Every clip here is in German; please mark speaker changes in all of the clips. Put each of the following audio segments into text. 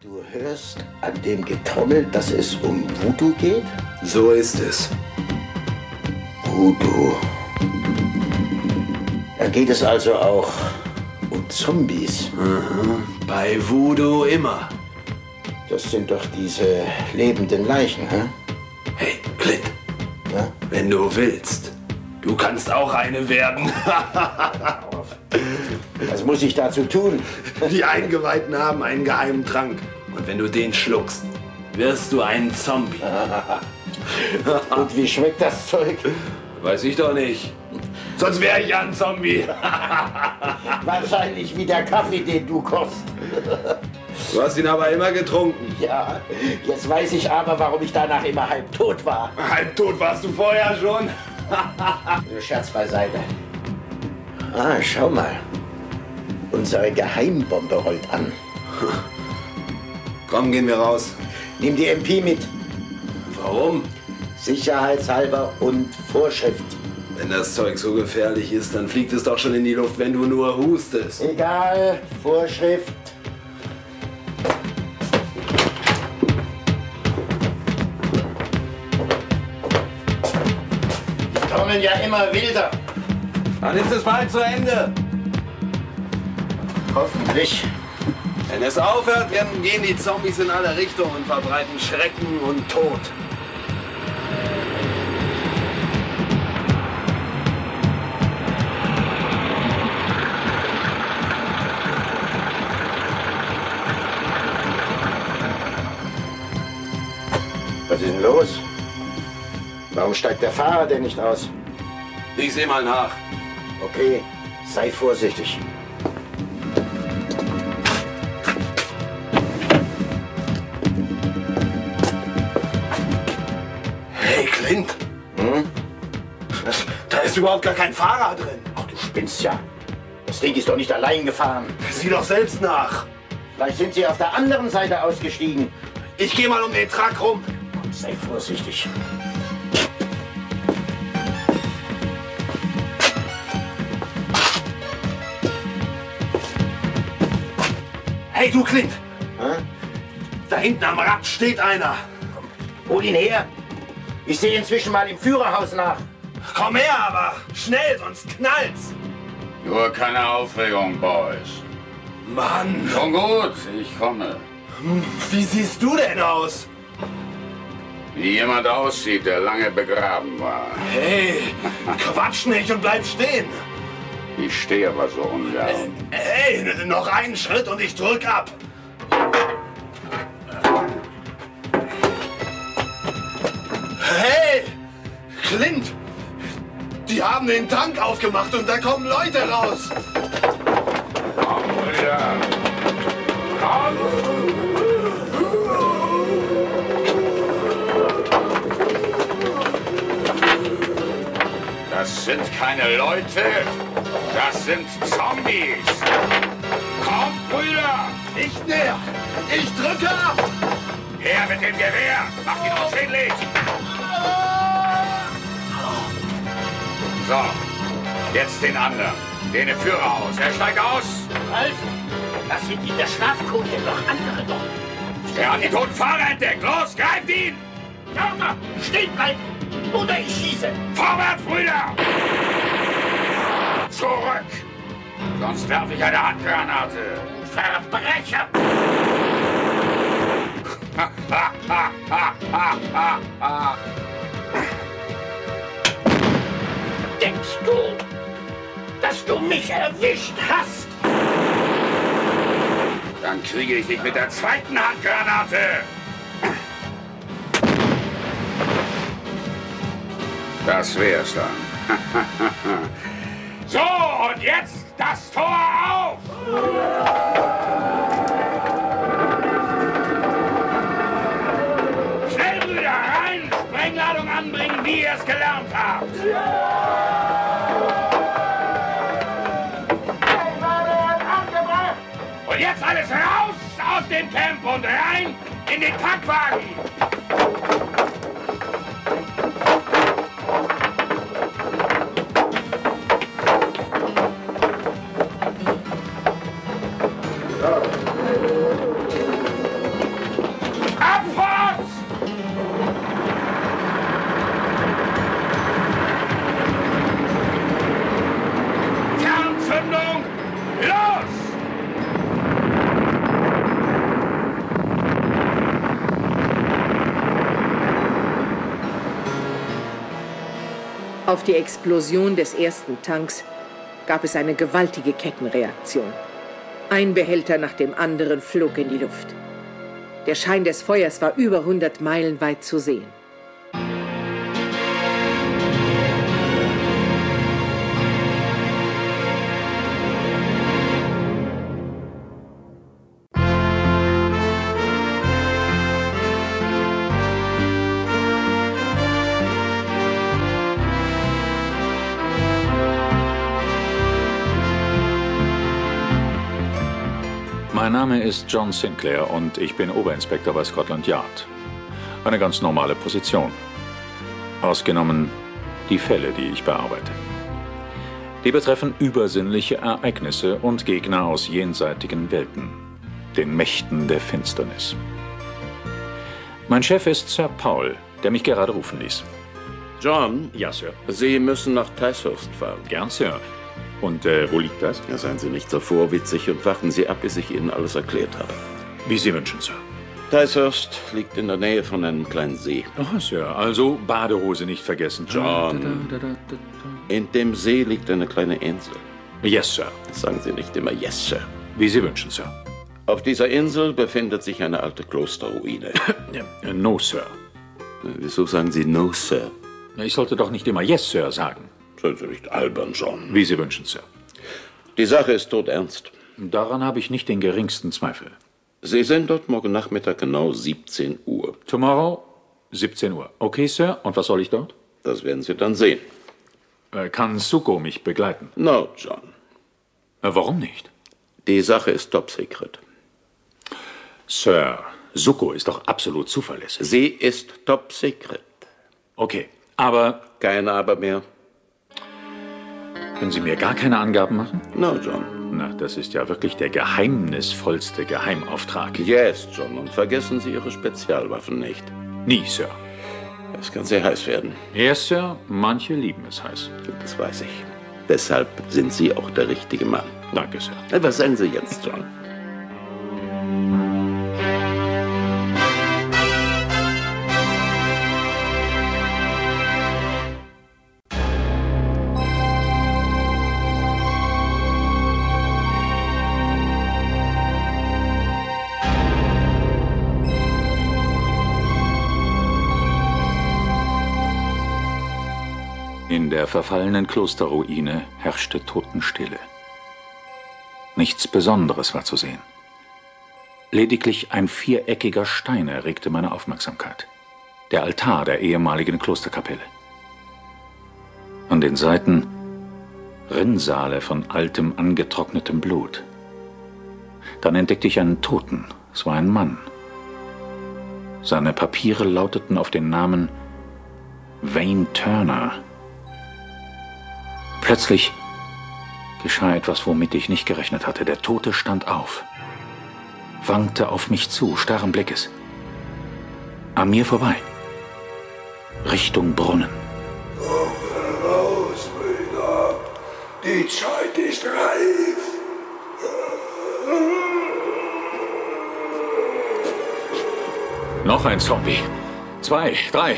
Speaker 1: Du hörst an dem Getrommel, dass es um Voodoo geht?
Speaker 2: So ist es.
Speaker 1: Voodoo. Da geht es also auch um Zombies.
Speaker 2: Bei Voodoo immer.
Speaker 1: Das sind doch diese lebenden Leichen, hä?
Speaker 2: Hey, Clint,
Speaker 1: Ja?
Speaker 2: wenn du willst, du kannst auch eine werden.
Speaker 1: Was muss ich dazu tun?
Speaker 2: Die Eingeweihten haben einen geheimen Trank. Und wenn du den schluckst, wirst du ein Zombie.
Speaker 1: Und wie schmeckt das Zeug?
Speaker 2: Weiß ich doch nicht. Sonst wäre ich ja ein Zombie.
Speaker 1: Wahrscheinlich wie der Kaffee, den du kochst.
Speaker 2: Du hast ihn aber immer getrunken.
Speaker 1: Ja, jetzt weiß ich aber, warum ich danach immer halbtot war.
Speaker 2: Halbtot warst du vorher schon.
Speaker 1: Nur Also Scherz beiseite. Ah, schau mal. Unsere Geheimbombe rollt an.
Speaker 2: Komm, gehen wir raus.
Speaker 1: Nimm die MP mit.
Speaker 2: Warum?
Speaker 1: Sicherheitshalber und Vorschrift.
Speaker 2: Wenn das Zeug so gefährlich ist, dann fliegt es doch schon in die Luft, wenn du nur hustest.
Speaker 1: Egal, Vorschrift. Die kommen ja immer wilder.
Speaker 2: Dann ist es bald zu Ende.
Speaker 1: Hoffentlich.
Speaker 2: Wenn es aufhört, dann gehen die Zombies in alle Richtungen und verbreiten Schrecken und Tod.
Speaker 1: Was ist denn los? Warum steigt der Fahrer denn nicht aus?
Speaker 2: Ich sehe mal nach.
Speaker 1: Okay, sei vorsichtig.
Speaker 2: Hey, Clint, Hm?
Speaker 1: Was?
Speaker 2: da ist überhaupt gar kein Fahrer drin.
Speaker 1: Ach, du spinnst ja. Das Ding ist doch nicht allein gefahren.
Speaker 2: Sieh doch selbst nach.
Speaker 1: Vielleicht sind sie auf der anderen Seite ausgestiegen.
Speaker 2: Ich gehe mal um den Truck rum.
Speaker 1: Sei vorsichtig.
Speaker 2: Hey, du, Clint,
Speaker 1: Hä?
Speaker 2: da hinten am Rad steht einer.
Speaker 1: Hol ihn her. Ich sehe inzwischen mal im Führerhaus nach.
Speaker 2: Komm her, aber schnell, sonst knallt's.
Speaker 3: Nur keine Aufregung, Boys.
Speaker 2: Mann,
Speaker 3: Schon gut, ich komme.
Speaker 2: wie siehst du denn aus?
Speaker 3: Wie jemand aussieht, der lange begraben war.
Speaker 2: Hey, quatsch nicht und bleib stehen.
Speaker 3: Ich stehe aber so ungern.
Speaker 2: Hey, noch einen Schritt und ich drück ab. Hey, Clint, die haben den Tank aufgemacht und da kommen Leute raus.
Speaker 3: Komm wieder. Komm. Das sind keine Leute, das sind Zombies. Kommt, Brüder,
Speaker 2: Nicht näher, ich drücke ab.
Speaker 3: her mit dem Gewehr, macht ihn unschädlich. So, jetzt den anderen, den im Führerhaus. Er steigt aus.
Speaker 1: Also, das sind in der Schlafkohle noch andere dort.
Speaker 3: Er hat die toten Fahrer entdeckt. Los, greift ihn!
Speaker 1: Dörner, stehen bleiben oder ich schieße.
Speaker 3: Vorwärts, Brüder! Zurück! Sonst werfe ich eine Handgranate.
Speaker 1: Verbrecher! Denkst du, dass du mich erwischt hast?
Speaker 3: Dann kriege ich dich mit der zweiten Handgranate. Das wär's dann. so, und jetzt das Tor auf! Schnell, Brüder, rein! Sprengladung anbringen, wie ihr es gelernt habt! Und jetzt alles raus aus dem Camp und rein in den Tankwagen!
Speaker 4: Auf die Explosion des ersten Tanks gab es eine gewaltige Kettenreaktion. Ein Behälter nach dem anderen flog in die Luft. Der Schein des Feuers war über 100 Meilen weit zu sehen.
Speaker 5: Mein Name ist John Sinclair und ich bin Oberinspektor bei Scotland Yard. Eine ganz normale Position. Ausgenommen die Fälle, die ich bearbeite. Die betreffen übersinnliche Ereignisse und Gegner aus jenseitigen Welten, den Mächten der Finsternis. Mein Chef ist Sir Paul, der mich gerade rufen ließ.
Speaker 6: John,
Speaker 5: Ja, Sir.
Speaker 6: Sie müssen nach Tysonst fahren.
Speaker 5: Gern, Sir. Und äh, wo liegt das?
Speaker 6: Ja, seien Sie nicht so vorwitzig und warten Sie ab, bis ich Ihnen alles erklärt habe.
Speaker 5: Wie Sie wünschen, Sir.
Speaker 6: Tysonst liegt in der Nähe von einem kleinen See.
Speaker 5: Aha, Sir. Also Badehose nicht vergessen, John.
Speaker 6: In dem See liegt eine kleine Insel.
Speaker 5: Yes, Sir.
Speaker 6: Sagen Sie nicht immer Yes, Sir.
Speaker 5: Wie Sie wünschen, Sir.
Speaker 6: Auf dieser Insel befindet sich eine alte Klosterruine.
Speaker 5: Äh, No, Sir.
Speaker 6: Wieso sagen Sie No, Sir?
Speaker 5: Ich sollte doch nicht immer Yes, Sir sagen.
Speaker 6: Seien Sie nicht albern, John.
Speaker 5: Wie Sie wünschen, Sir.
Speaker 6: Die Sache ist todernst.
Speaker 5: Daran habe ich nicht den geringsten Zweifel.
Speaker 6: Sie sind dort morgen Nachmittag genau 17 Uhr.
Speaker 5: Tomorrow, 17 Uhr. Okay, Sir. Und was soll ich dort?
Speaker 6: Das werden Sie dann sehen.
Speaker 5: Äh, kann Suko mich begleiten?
Speaker 6: No, John.
Speaker 5: Äh, warum nicht?
Speaker 6: Die Sache ist top secret.
Speaker 5: Sir, Suko ist doch absolut zuverlässig.
Speaker 6: Sie ist top secret.
Speaker 5: Okay, aber
Speaker 6: Kein Aber mehr.
Speaker 5: können Sie mir gar keine Angaben machen?
Speaker 6: No, John.
Speaker 5: Na, das ist ja wirklich der geheimnisvollste Geheimauftrag.
Speaker 6: Yes, John. Und vergessen Sie Ihre Spezialwaffen nicht.
Speaker 5: Nie, Sir.
Speaker 6: Es kann sehr heiß werden.
Speaker 5: Yes, Sir. Manche lieben es heiß.
Speaker 6: Das weiß ich. Deshalb sind Sie auch der richtige Mann.
Speaker 5: Danke, Sir.
Speaker 6: Was sagen Sie jetzt, John?
Speaker 5: In der verfallenen Klosterruine herrschte Totenstille. Nichts Besonderes war zu sehen. Lediglich ein viereckiger Stein erregte meine Aufmerksamkeit. Der Altar der ehemaligen Klosterkapelle. An den Seiten Rinnsale von altem, angetrocknetem Blut. Dann entdeckte ich einen Toten. Es war ein Mann. Seine Papiere lauteten auf den Namen Wayne Turner. Plötzlich geschah etwas, womit ich nicht gerechnet hatte. Der Tote stand auf, wankte auf mich zu, starren Blickes. An mir vorbei. Richtung Brunnen.
Speaker 7: Raus, Brüder! Die Zeit ist reif!
Speaker 5: Noch ein Zombie. Zwei, drei.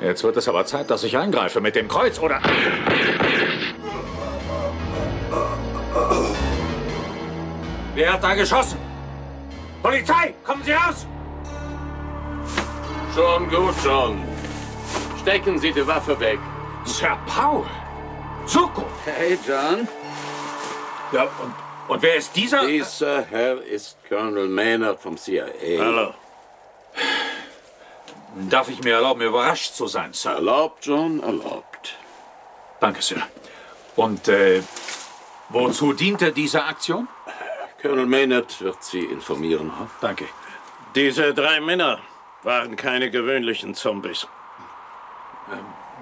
Speaker 5: Jetzt wird es aber Zeit, dass ich eingreife mit dem Kreuz, oder? Wer hat da geschossen? Polizei, kommen Sie raus!
Speaker 6: Schon gut, John. Stecken Sie die Waffe weg.
Speaker 5: Sir Paul! Zuko!
Speaker 6: Hey, John.
Speaker 5: Ja, und, und wer ist dieser?
Speaker 6: Dieser Herr ist Colonel Maynard vom CIA.
Speaker 5: Hallo. Darf ich mir erlauben, überrascht zu sein, Sir?
Speaker 6: Erlaubt, John, erlaubt.
Speaker 5: Danke, Sir. Und äh, wozu diente diese Aktion?
Speaker 6: Colonel Maynard wird Sie informieren.
Speaker 5: Danke.
Speaker 8: Diese drei Männer waren keine gewöhnlichen Zombies.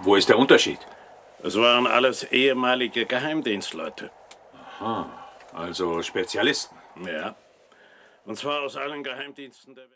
Speaker 5: Wo ist der Unterschied?
Speaker 8: Es waren alles ehemalige Geheimdienstleute.
Speaker 5: Also Spezialisten.
Speaker 8: Ja. Und zwar aus allen Geheimdiensten der Welt.